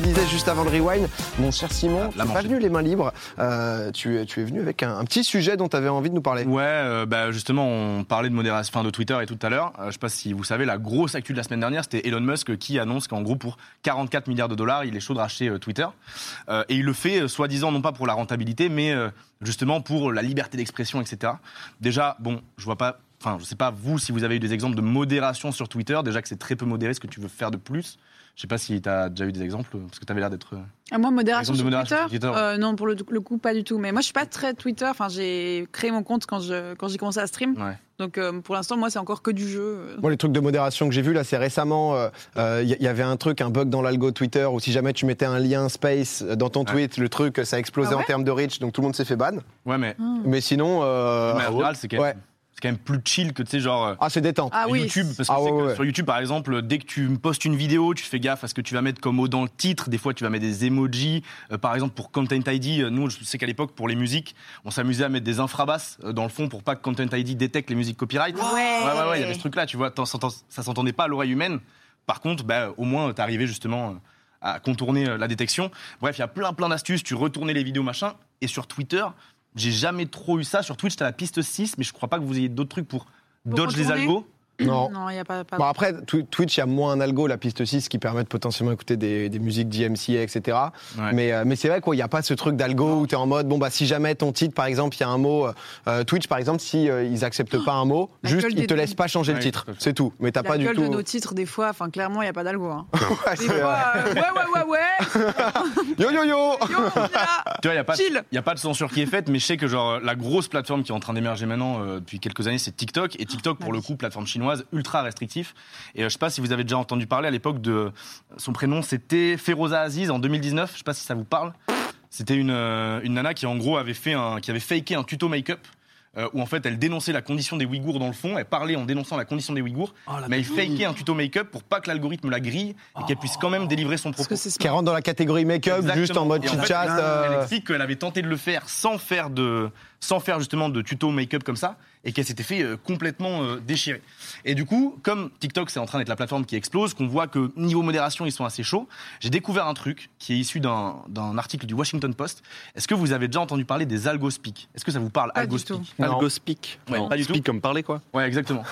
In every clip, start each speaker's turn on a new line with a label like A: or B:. A: disais juste avant le rewind, mon cher Simon, tu
B: Ah, la
A: n'es pas
B: manger.
A: venu les mains libres. Euh, tu, tu es venu avec un, un petit sujet dont tu avais envie de nous parler.
B: Ouais, euh, bah, justement, on parlait de modération, enfin, de Twitter et tout à l'heure. Euh, je sais pas si vous savez, la grosse actu de la semaine dernière, c'était Elon Musk qui annonce qu'en gros, pour 44 milliards de dollars, il est chaud de racheter euh, Twitter. Euh, et il le fait, euh, soi-disant, non pas pour la rentabilité, mais euh, justement pour la liberté d'expression, etc. Déjà, bon, je vois pas. Enfin, je sais pas vous si vous avez eu des exemples de modération sur Twitter. Déjà que c'est très peu modéré ce que tu veux faire de plus. Je sais pas si tu as déjà eu des exemples, parce que tu avais l'air d'être. euh,
C: Ah, Moi, modération,
B: Exemple de
C: sur,
B: modération
C: Twitter,
B: sur Twitter, ouais.
C: euh, non, pour le, le coup, pas du tout. Mais moi, je suis pas très Twitter. Enfin, j'ai créé mon compte quand je quand j'ai commencé à stream.
B: Ouais.
C: Donc, euh, pour l'instant, moi, c'est encore que du jeu.
A: Moi, les trucs de modération que j'ai vu là, c'est récemment, euh, euh, il y, il y avait un truc, un bug dans l'algo Twitter où si jamais tu mettais un lien space euh, dans ton tweet, le truc, euh, ça explosait
C: Ah ouais
A: en termes de reach, donc tout le monde s'est fait ban.
B: Ouais, mais,
C: Ah.
A: Mais sinon, euh,
B: mais en général, c'est quand, même-
A: ouais.
B: c'est quand même plus chill que tu sais, genre. euh,
A: ah, c'est détente.
C: Ah oui.
B: YouTube, parce que
A: Ah ouais,
B: c'est que
A: ouais.
B: sur YouTube, par exemple, dès que tu postes une vidéo, tu fais gaffe à ce que tu vas mettre comme mot dans le titre. Des fois, tu vas mettre des emojis. Euh, par exemple, pour Content ID, euh, nous, je sais qu'à l'époque, pour les musiques, on s'amusait à mettre des infrabasses euh, dans le fond pour pas que Content ID détecte les musiques copyright.
C: Ouais.
B: ouais, ouais, il y avait ce truc-là, tu vois. t'en- s'entend- Ça s'entendait pas à l'oreille humaine. Par contre, bah, au moins, t'arrivais justement euh, à contourner euh, la détection. Bref, il y a plein, plein d'astuces. Tu retournais les vidéos, machin. Et sur Twitter, j'ai jamais trop eu ça. Sur Twitch, t'as la piste 6, mais je crois pas que vous ayez d'autres trucs pour,
C: Pour
B: dodge les
C: contourner
B: algos.
A: Non. Bah,
C: Non, il n'y a pas. pas-
A: Bon, après, Twi- Twitch, il y a moins un algo, la piste 6, qui permet de potentiellement écouter des, des musiques d'IMCA, etc.
B: Ouais.
A: Mais, euh, mais c'est vrai, quoi, il n'y a pas ce truc d'algo où tu es en mode, bon, bah, si jamais ton titre, par exemple, il y a un mot, euh, euh, Twitch, par exemple, si euh, ils acceptent pas un mot,
C: la
A: juste,
C: gueule
A: ils
C: des
A: te laissent pas changer le
B: Ouais,
A: titre.
B: tout à fait.
A: C'est tout. Mais t'as
C: la
A: pas du
C: gueule
A: tout.
C: de nos titres, des fois, enfin, clairement, il n'y a pas d'algo. hein.
A: Ouais,
C: Des
A: c'est, euh,
C: fois, euh, ouais, ouais, ouais, ouais.
A: Yo, yo, yo!
C: Yo, on est là.
B: Tu vois, il n'y a, pas-
C: Chill.
B: y a pas de censure qui est faite, mais je sais que genre, la grosse plateforme qui est en train d'émerger maintenant euh, depuis quelques années, c'est TikTok. Et TikTok, pour le coup, plateforme chinoise, ultra restrictif. Et euh, je sais pas si vous avez déjà entendu parler à l'époque de. euh, Son prénom, c'était Feroza Aziz en 2019. Je sais pas si ça vous parle. C'était une, euh, une nana qui, en gros, avait, fait un, qui avait faké un tuto make-up. euh, où en fait elle dénonçait la condition des Ouïghours dans le fond, elle parlait en dénonçant la condition des Ouïghours, mais elle fakeait un tuto make-up pour pas que l'algorithme la grille et qu'elle puisse quand même délivrer son
C: Parce
B: propos.
C: que c'est
A: Qui rentre dans la catégorie make-up,
B: Exactement.
A: juste en mode
B: Et en fait,
A: chit-chat.
B: elle- Elle
A: euh,
B: explique qu'elle avait tenté de le faire sans faire de, sans faire justement de tuto make-up comme ça, et qu'elle s'était fait euh, complètement euh, déchirer. Et du coup, comme TikTok c'est en train d'être la plateforme qui explose, qu'on voit que niveau modération ils sont assez chauds, j'ai découvert un truc qui est issu d'un d'un article du Washington Post. Est-ce que vous avez déjà entendu parler des algospeak Est-ce que ça vous parle
C: Pas du
B: algospeak
C: tout.
A: Non.
D: Algospeak.
B: Ouais,
D: Non,
B: pas du tout.
D: Speak comme parler, quoi.
B: Ouais, exactement.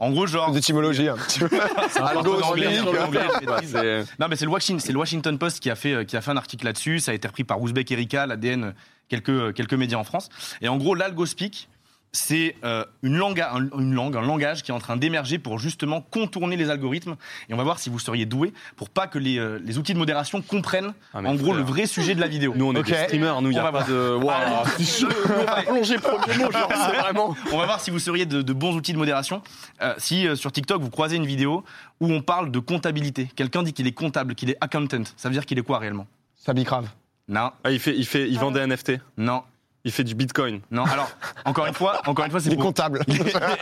B: En gros, genre.
A: D'étymologie, un petit peu.
B: Algo,
A: Algo,
B: anglais,
A: speak.
B: anglais, anglais,
D: C'est- euh,
B: Non, mais c'est le, Washington- c'est le Washington Post qui a fait, euh, qui a fait un article là-dessus. Ça a été repris par Ouzbek Erika, l'ADN, euh, quelques, euh, quelques médias en France. Et en gros, l'algospeak, c'est euh, une, langue, à- un, une langue, un langage qui est en train d'émerger pour justement contourner les algorithmes. Et on va voir si vous seriez doué pour pas que les, euh, les outils de modération comprennent,
D: Ah, mais
B: en gros,
D: frère.
B: le vrai sujet de la vidéo.
D: Nous, on est
A: Ok.
D: des streamers, nous, il n'y
B: On
D: a
B: va
D: pas
B: voir.
D: de. Waouh,
B: Ah,
D: c'est chaud. Plongé premier mot, genre, c'est vraiment.
B: On va voir si vous seriez de, de bons outils de modération. Euh, si euh, sur TikTok vous croisez une vidéo où on parle de comptabilité, quelqu'un dit qu'il est comptable, qu'il est accountant, ça veut dire qu'il est quoi réellement
A: Ça bicrave.
B: Non,
D: Ah, il, fait, il, fait, il vend des NFT.
B: non,
D: Il fait du bitcoin.
B: non. Alors encore une fois, encore une fois, c'est
A: Des
B: pour.
A: comptables.
B: il, est vraiment,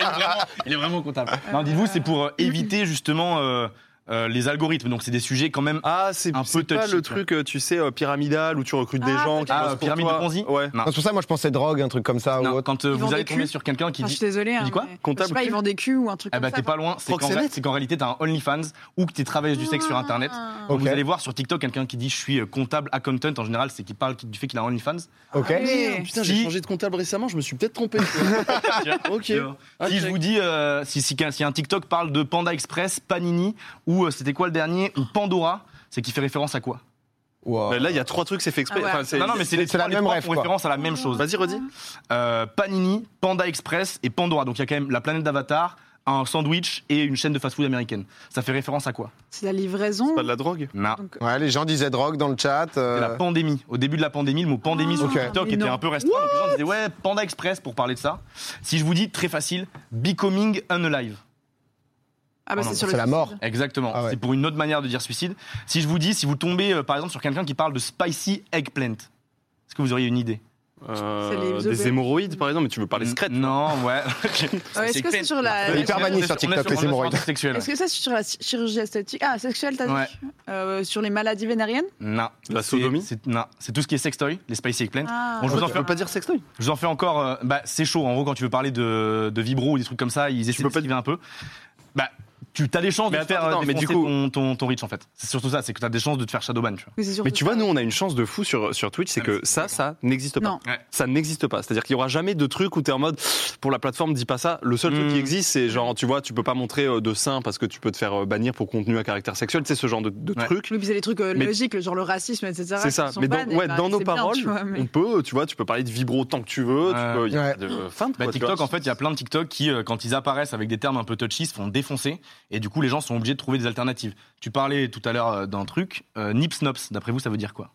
B: il est vraiment comptable. Non, dites-vous, c'est pour euh, éviter justement euh, euh, les algorithmes. Donc c'est des sujets quand même.
D: Ah, c'est
B: Un
D: c'est
B: peu
D: pas
B: touchy,
D: le
B: quoi.
D: truc, euh, tu sais, euh, pyramidal où tu recrutes des
C: Ah,
D: gens qui
C: peut-être.
B: Ah,
D: bossent pour
B: pyramide
D: toi.
B: de Ponzi
D: Ouais.
B: Non,
A: C'est pour ça, moi, je pensais drogue, un truc comme ça
B: non,
A: ou autre.
B: quand euh,
C: Ils vendent
B: vous allez
C: des
B: tomber
C: culs.
B: sur quelqu'un qui
C: Enfin, je
B: dit
C: suis désolée.
B: dit
C: hein,
B: quoi
C: mais- Je
D: Comptable
C: sais pas,
D: cul
C: ils vendent des culs ou un truc
B: Eh
C: comme
B: ben,
C: ça.
B: t'es pas loin, c'est qu'en
D: Proxénète.
B: vrai- c'est qu'en réalité, t'as un OnlyFans ou que t'es travailleuse du sexe sur Internet.
C: Ah.
B: Donc,
A: Ok.
B: Vous allez voir sur TikTok quelqu'un qui dit je suis euh, comptable à content en général, c'est qu'il parle du fait qu'il a un OnlyFans.
A: Ok.
C: Ah, merde,
D: Putain,
B: j'ai
D: j'ai
B: Si-
D: changé de comptable récemment, je me suis peut-être trompé. ok.
B: Tu vois. Si je vous dis, euh, si, si, si un TikTok parle de Panda Express, Panini ou euh, c'était quoi le dernier ou Pandora, c'est qu'il fait référence à quoi
A: Wow.
D: Bah, Là, il y a trois trucs, c'est fait exprès.
C: Ah ouais.
D: Enfin, c'est-
B: Non, non, mais c'est les
A: c'est la
B: trois, les
A: même
B: trois
A: ref,
B: font
A: quoi.
B: référence à la
C: Mmh.
B: même chose.
D: Vas-y, redis.
B: Euh, Panini, Panda Express et Pandora. Donc il y a quand même la planète d'Avatar, un sandwich et une chaîne de fast-food américaine. Ça fait référence à quoi
C: C'est la livraison.
D: C'est pas de la drogue.
B: Non.
C: Donc,
A: Ouais, les gens disaient drogue dans le chat. euh,
B: C'est la pandémie. Au début de la pandémie, le mot pandémie sur
A: Ok.
B: TikTok
C: Ah, Mais
B: était
C: non.
B: un peu restreint. Donc les gens disaient ouais, Panda Express pour parler de ça. Si je vous dis très facile, Becoming Unalive.
C: Ah bah
B: Oh non,
C: c'est sur
A: c'est
C: le
A: la
C: suicide.
A: mort.
B: Exactement.
A: Ah ouais.
B: C'est pour une autre manière de dire suicide. Si je vous dis, si vous tombez euh, par exemple sur quelqu'un qui parle de spicy eggplant, est-ce que vous auriez une idée
D: Euh,
C: C'est les Mm. auberges.
D: des hémorroïdes, par exemple, mais tu veux parler secrète.
B: Non, ouais.
C: Ouais, Est-ce que c'est sur la. euh,
A: C'est hyper
C: est-ce que-
A: banni sur TikTok, les hémorroïdes.
B: sexuels.
C: Est-ce que ça c'est sur la chirurgie esthétique Ah, sexuelle, t'as
B: Ouais.
C: dit Euh, Sur les maladies vénériennes
B: Non.
D: La
B: C'est-
D: sodomie
B: c'est- Non, c'est tout ce qui est sextoy, les spicy eggplant.
C: Ah.
B: On joue
D: Ah,
B: dans
D: tu
B: faire-
D: peux pas dire sextoy
B: Je vous en fais encore. euh, bah, c'est chaud. En gros, quand tu veux parler de, de vibro ou des trucs comme ça, ils essaient
D: peux
B: de
D: pas-
B: s'esquiver un peu. Bah, tu tu as des chances
D: Mais
B: de te
D: attends,
B: faire
D: attends,
B: euh,
D: mais du
B: défoncer
D: coup-
B: ton, ton, ton reach en fait. C'est surtout ça, c'est que tu as des chances de te faire shadowban. Tu vois.
C: Oui, c'est sûr
D: Mais
C: que
D: tu
C: ça-
D: vois, nous, on a une chance de fou sur, sur Twitch, c'est
B: Ah,
D: que
B: mais c'est
D: ça, ça n'existe pas.
C: Non.
D: Ça n'existe pas. C'est-à-dire qu'il n'y aura jamais de truc où tu es en mode, pour la plateforme, dis pas ça. Le seul truc
B: Mm.
D: qui existe, c'est genre, tu vois, tu peux pas montrer euh, de sein parce que tu peux te faire euh, bannir pour contenu à caractère sexuel. Tu sais, ce genre de, de
B: Ouais.
D: truc.
C: Oui, puis c'est les trucs euh,
D: Mais-
C: logiques, genre le racisme, etc.
D: C'est ça.
C: qui sont
D: Mais dans,
C: bannes,
D: ouais,
C: bah,
D: dans nos
C: c'est bien,
D: paroles,
C: tu vois, mais-
D: on peut, tu vois, tu peux parler de vibro tant que tu veux.
B: Ouais.
D: Tu peux, il y a
A: Ouais.
D: pas de fin de
B: Bah,
D: quoi, tu
B: TikTok,
D: vois.
B: en fait, il y a plein de TikTok qui, euh, quand ils apparaissent avec des termes un peu touchy, se font défoncer. Et du coup, les gens sont obligés de trouver des alternatives. Tu parlais tout à l'heure euh, d'un truc, euh, nip snops. D'après vous, ça veut dire quoi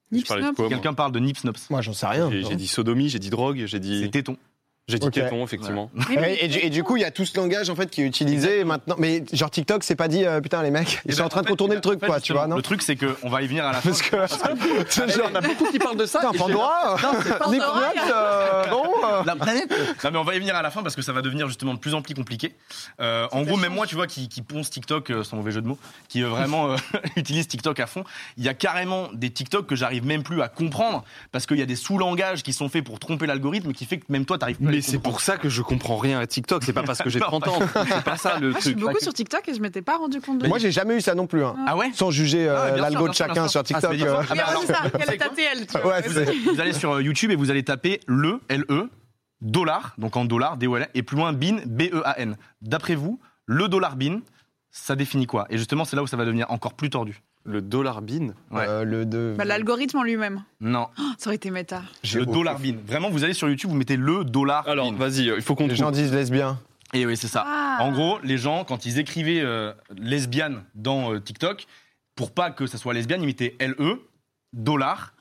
D: Je parlais de
C: Nip-snap.
D: quoi, moi
B: Quelqu'un parle de nip snops.
A: Moi, j'en sais rien.
D: J'ai j'ai dit sodomie, j'ai dit drogue, j'ai
B: C'est
D: dit,
B: téton.
D: j'ai dit
A: Ok.
D: téton, effectivement.
C: Eh Oui, mais-
A: Et, et du- et du coup, il y a tout ce langage en fait qui est utilisé maintenant. Mais genre TikTok, c'est pas dit euh, putain les mecs, ils
B: Et
A: sont
B: ben,
A: en train de
B: fait,
A: contourner
B: en
A: le truc
B: fait,
A: quoi, tu
B: justement,
A: vois non
B: Le truc, c'est qu'on va y venir à la fin.
A: Parce que
B: Ah,
A: c'est genre
D: On a beaucoup qui parlent de ça.
A: putain
D: et j'ai-
A: Pandora, euh, Nick
C: Pandora,
A: Nuts, euh, bon. euh,
B: La planète Non mais on va y venir à la fin parce que ça va devenir justement de plus en plus compliqué. Euh, en gros, même moi, tu vois, qui, qui ponce TikTok, euh, sans mauvais jeu de mots, qui euh, vraiment euh, utilise TikTok à fond, il y a carrément des TikTok que j'arrive même plus à comprendre parce qu'il y a des sous-langages qui sont faits pour tromper l'algorithme qui fait que même toi, t'arrives plus à
D: Mais
B: les
D: c'est
B: comprendre.
D: pour ça que je comprends rien à TikTok. C'est pas parce que j'ai
B: Non,
D: 30 ans. C'est pas ça le
C: Moi, je suis
D: truc.
C: beaucoup sur TikTok et je m'étais pas rendu compte de
A: Moi, j'ai jamais eu ça non plus. hein.
B: Ah ouais
A: Sans juger euh,
B: Ah ouais, bien sûr,
A: l'algo de
B: bien sûr,
A: chacun
B: bien
A: sur
B: sûr. Ah,
A: TikTok.
B: c'est
A: euh,
B: bien sûr.
C: Mais alors, c'est ça,
B: Ah, mais
C: quelle
B: alors-
C: TATL, tu vois.
A: Ouais,
B: Vous
A: c'est
B: allez, vous allez sur euh, YouTube et vous allez taper le, LE, dollar, donc en dollar, d et plus loin BIN, B-E-A-N. D'après vous, le dollar BIN, ça définit quoi Et justement, c'est là où ça va devenir encore plus tordu.
D: Le dollar bin.
B: Ouais.
A: euh, le de.
C: Bah, L'algorithme en lui-même.
B: Non.
C: Oh, ça aurait été méta.
A: J'ai
B: Le
A: aucune-
B: dollar bin. Vraiment, vous allez sur YouTube, vous mettez le dollar
D: Alors,
B: bin.
D: vas-y, euh, il faut qu'on
A: Les gens
D: trouve.
A: disent lesbien.
B: Et oui, c'est ça.
C: Ah.
B: En gros, les gens, quand ils écrivaient euh, lesbienne dans euh, TikTok, pour pas que ça soit lesbienne, ils mettaient LE, dollar,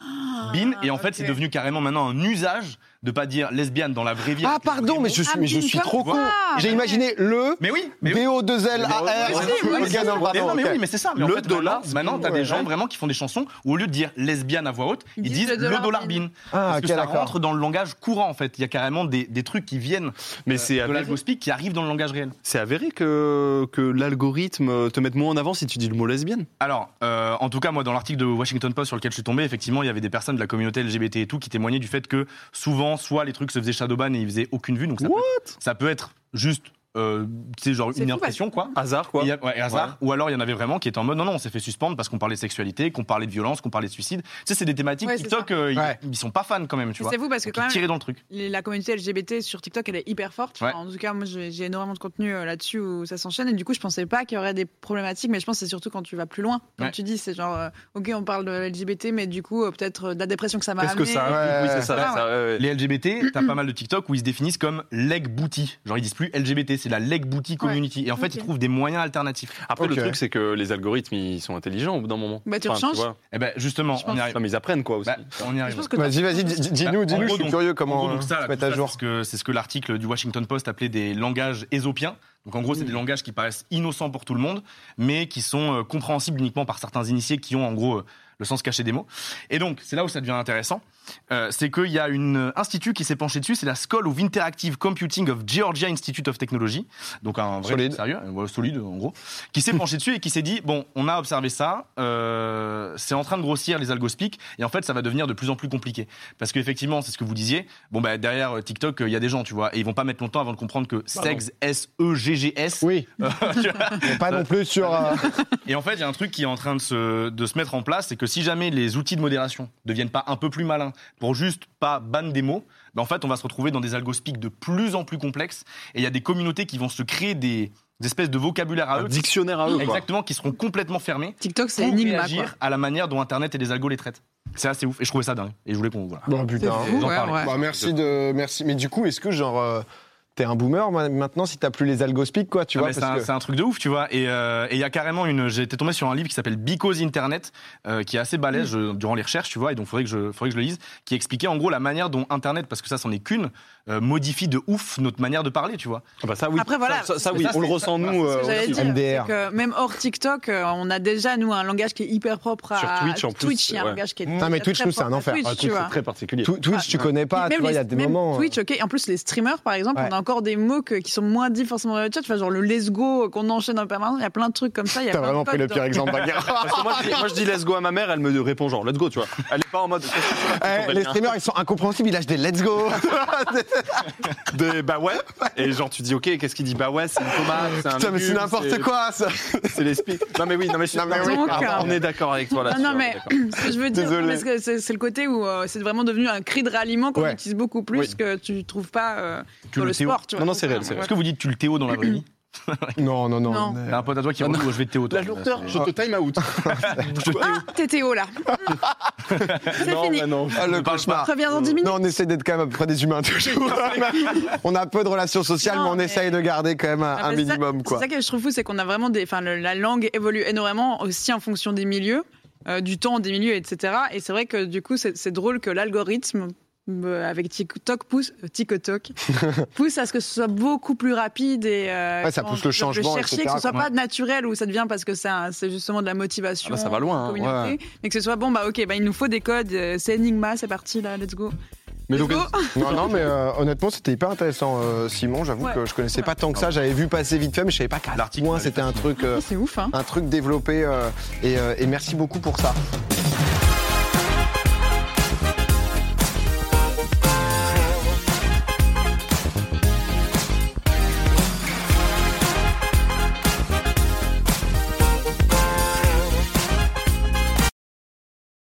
B: bin. Et en fait,
C: ok.
B: c'est devenu carrément maintenant un usage de pas dire lesbienne dans la vraie vie.
A: Ah pardon, mais je suis,
C: Ah,
A: mais je
C: bin,
A: suis
C: comme
A: trop
C: ça.
A: con. J'ai
C: Ouais.
A: imaginé le
B: Mais oui, mais oui.
A: BO2LAR.
B: Mais oui, mais oui,
A: Ok, non,
B: Mais,
A: pardon,
B: non, mais
A: ok.
B: oui, mais c'est ça. Mais en
D: Le
B: fait,
D: dollar
B: maintenant, maintenant, t'as
A: Ouais,
B: des gens
A: ouais.
B: vraiment qui font des chansons où au lieu de dire lesbienne à voix haute, ils, disent, le dollar bin.
A: Ah,
B: Parce
A: ok,
B: que ça
A: d'accord.
B: rentre dans le langage courant en fait. Il y a carrément des, des trucs qui viennent euh,
D: Mais c'est
A: euh,
B: de
D: avéré,
B: l'algospeak qui arrivent dans le langage réel.
D: c'est avéré que, que l'algorithme euh, te mette moins en avant si tu dis le mot lesbienne.
B: Alors, euh, en tout cas, moi, dans l'article de Washington Post sur lequel je suis tombé, effectivement, il y avait des personnes de la communauté LGBT et tout qui témoignaient du fait que souvent, soit les trucs se faisaient shadowban et ils faisaient aucune vue, donc ça, peut, ça peut être juste, euh, tu sais, genre
C: C'est
B: une
C: fou,
B: impression, quoi.
D: Hasard, quoi.
B: Et il y a- ouais, hasard. Ou alors il y en avait vraiment qui étaient en mode non, non, on s'est fait suspendre parce qu'on parlait de sexualité, qu'on parlait de violence, qu'on parlait de suicide. Tu sais, c'est des thématiques
C: Ouais, c'est
B: TikTok, euh, ils,
A: Ouais.
B: ils sont pas fans quand même, tu
C: Mais
B: vois.
C: C'est vous parce que
B: Donc,
C: quand
B: ils
C: même,
B: tiraient dans le truc.
C: les- la communauté LGBT sur TikTok, elle est hyper forte. Enfin,
B: Ouais.
C: en tout cas, moi, j'ai j'ai énormément de contenu euh, là-dessus où ça s'enchaîne. Et du coup, je pensais pas qu'il y aurait des problématiques, mais je pense que c'est surtout quand tu vas plus loin. Comme
B: Ouais.
C: tu dis, c'est genre, euh, ok, on parle de LGBT, mais du coup, euh, peut-être euh, de la dépression que ça m'a
D: Qu'est-ce
C: amené.
D: que ça
A: Ouais.
D: Oui, c'est ça.
C: Ah,
D: ça, ouais, ouais.
B: Les LGBT, t'as pas mal de TikTok où ils se définissent comme leg booty. Genre ils disent plus LGBT, c'est la leg booty community. Et en fait,
C: Ok.
B: ils trouvent des moyens alternatifs.
D: Après,
A: Ok.
D: le truc, c'est que les algorithmes, ils sont intelligents au bout d'un moment.
C: Bah, tu
D: Enfin,
C: rechanges.
D: vois.
B: Et ben justement,
C: Je
B: on y
A: Ah
C: pense-
B: arrive.
D: Non, mais ils apprennent, quoi, aussi.
B: Bah, on y
C: Je
B: arrive.
C: pense que t'as-
A: Vas-y, vas-y, dis- dis-nous,
B: Bah, en
A: dis-nous, je
B: gros,
A: suis
B: donc-
A: curieux
B: En
A: comment
B: gros, donc
A: euh,
B: ça, là,
A: se
B: tout
A: mettre à
B: ça, c'est
A: jour.
B: ce que- c'est ce que l'article du Washington Post appelait des langages ésopiens. Donc en gros,
A: Mm.
B: c'est des langages qui paraissent innocents pour tout le monde, mais qui sont euh, compréhensibles uniquement par certains initiés qui ont en gros euh, le sens caché des mots. Et donc, c'est là où ça devient intéressant, euh, c'est qu'il y a un institut qui s'est penché dessus, c'est la School of Interactive Computing of Georgia Institute of Technology, donc un vrai
A: Solide.
B: sérieux, euh, ouais, solide en gros, qui s'est penché dessus et qui s'est dit, bon, on a observé ça, euh, c'est en train de grossir les algospics, et en fait, ça va devenir de plus en plus compliqué. Parce qu'effectivement, c'est ce que vous disiez, bon, bah, derrière euh, TikTok, euh, il y a des gens, tu vois, et ils vont pas mettre longtemps avant de comprendre que E sex, S-E-G-G-S,
A: Oui, mais pas non plus sur. euh,
B: et en fait, il y a un truc qui est en train de se, de se mettre en place, c'est que si jamais les outils de modération deviennent pas un peu plus malins pour juste pas ban des mots, ben en fait, on va se retrouver dans des algospics de plus en plus complexes. Et il y a des communautés qui vont se créer des, des espèces de vocabulaire à
A: ah
D: Un
B: eux,
D: dictionnaire à eux, Ah, quoi.
B: exactement, qui seront complètement fermés
C: TikTok,
B: pour
C: c'est Enigma.
B: réagir à la manière dont Internet et les algos les traitent. C'est assez ouf. Et je trouvais ça dingue. Et je voulais qu'on voilà.
A: Bon,
C: quoi.
A: Oh, putain.
C: C'est fou,
B: J'en
C: ouais,
B: parlais.
C: ouais.
A: Bah, merci de. Merci. Mais du coup, est-ce que genre. euh, T'es un boomer ma- maintenant si t'as plus les algospics quoi, tu
B: Ah,
A: vois
B: mais c'est,
A: parce
B: un,
A: que-
B: c'est un truc de ouf, tu vois. Et euh, et il y a carrément une. J'ai été tombé sur un livre qui s'appelle Because Internet, euh, qui est assez
A: Mm.
B: balèze je- durant les recherches, tu vois. Et donc, faudrait que je, faudrait que je le lise, qui expliquait en gros la manière dont Internet, parce que ça, c'en est qu'une, euh, modifie de ouf notre manière de parler, tu vois.
D: Ah bah, ça, oui.
C: Après, voilà.
D: Ça, ça, ça,
B: Mais
D: oui.
B: ça,
D: on le
B: c'est-
D: ressent, nous.
C: Ce que
D: euh,
C: j'allais
D: aussi.
C: dire,
A: MDR.
C: c'est que même hors TikTok, euh, on a déjà nous un langage qui est hyper propre à
D: Sur Twitch, en plus,
C: Twitch, il y a un
D: ouais.
C: langage qui est.
A: Non, mais
C: très,
A: Twitch,
C: très
A: nous, c'est un
C: propre à
A: enfer.
C: Twitch,
D: Ah,
C: tu
D: Twitch,
C: vois.
D: c'est très particulier.
B: Ah,
A: Tw- Twitch, tu connais pas,
C: même
A: tu vois, il y a
C: les-
A: des
C: même
A: moments. euh,
C: Twitch, ok. En plus, les streamers, par exemple,
A: Ouais.
C: on a encore encore des mots que- qui sont moins dits forcément dans le chat. Enfin, genre le let's go qu'on enchaîne en permanence. Il y a plein de trucs comme ça. il y a
A: T'as
C: plein de
A: vraiment pris
C: codes
A: le pire
C: dans-
A: exemple, Bagarre.
D: Parce que moi, je dis, moi, je dis let's go à ma mère, elle me répond genre let's go, tu vois. Elle est pas en mode.
A: Eh, les streamers, ils sont incompréhensibles, ils lâchent des let's go.
D: de bah ouais. Et genre tu dis ok, qu'est-ce qu'il dit Bah ouais, c'est une tomate, c'est un.
A: Putain, mais c'est
D: légume,
A: n'importe quoi, ça.
D: C'est les spi- Non mais oui, non mais, je suis-
A: Non, mais
D: non,
A: oui.
D: mais
C: Donc,
D: on-
C: euh,
D: on est d'accord avec toi là.
C: Non, non, mais ce que je veux dire,
A: Désolé.
C: parce que c'est c'est le côté où euh, c'est vraiment devenu un cri de ralliement qu'on
A: Ouais.
C: utilise beaucoup plus
D: Oui.
C: que tu trouves pas euh,
B: Tu
C: dans
B: le
C: le
B: Théo.
C: sport. tu vois. Ah,
D: Non, non, c'est réel, c'est réel.
B: Est-ce que vous dites tu le Théo dans la vraie vie
A: Non, Ah, non, non.
C: Non.
A: mais-
B: T'as un pote à toi qui
D: Non,
B: roule, je vais te Théo. toi.
D: je te time out.
C: Ah, t'es Théo là. c'est
D: Non,
C: fini.
D: mais non.
A: Ah, le cauchemar.
C: Reviens dans 10 minutes.
A: Non, on essaie d'être quand même à peu près des humains toujours. on a peu de relations sociales,
C: Non,
A: mais on
C: mais-
A: essaye de garder quand même un,
C: Ah,
A: un
C: mais ça-
A: minimum, quoi.
C: C'est ça que je trouve fou, c'est qu'on a vraiment des. Enfin, le- la langue évolue énormément aussi en fonction des milieux, euh, du temps, des milieux, etc. Et c'est vrai que du coup, c'est c'est drôle que l'algorithme euh, avec TikTok pousse euh, TikTok pousse à ce que ce soit beaucoup plus rapide et euh,
A: Ouais, ça
C: quand
A: pousse le
C: je- je
A: changement,
C: cherchais
A: etc.,
C: que ce soit
A: quoi.
C: pas naturel ou ça devient parce que c'est un- c'est justement de la motivation
D: Ah bah, ça va loin, hein,
C: communauté, mais que ce soit bon bah ok bah il nous faut des codes euh, c'est Enigma c'est parti là let's go
D: Mais
C: Let's
D: donc,
C: go.
A: Non, non, mais euh, honnêtement, c'était hyper intéressant, euh, Simon. J'avoue
C: Ouais.
A: que je connaissais pas tant que ça. J'avais vu passer vite fait, mais je savais pas qu'à
B: L'article,
A: loin,
B: ouais,
A: c'était un truc, euh,
C: c'est ouf hein
A: un truc développé. euh, et, euh, et merci beaucoup pour ça.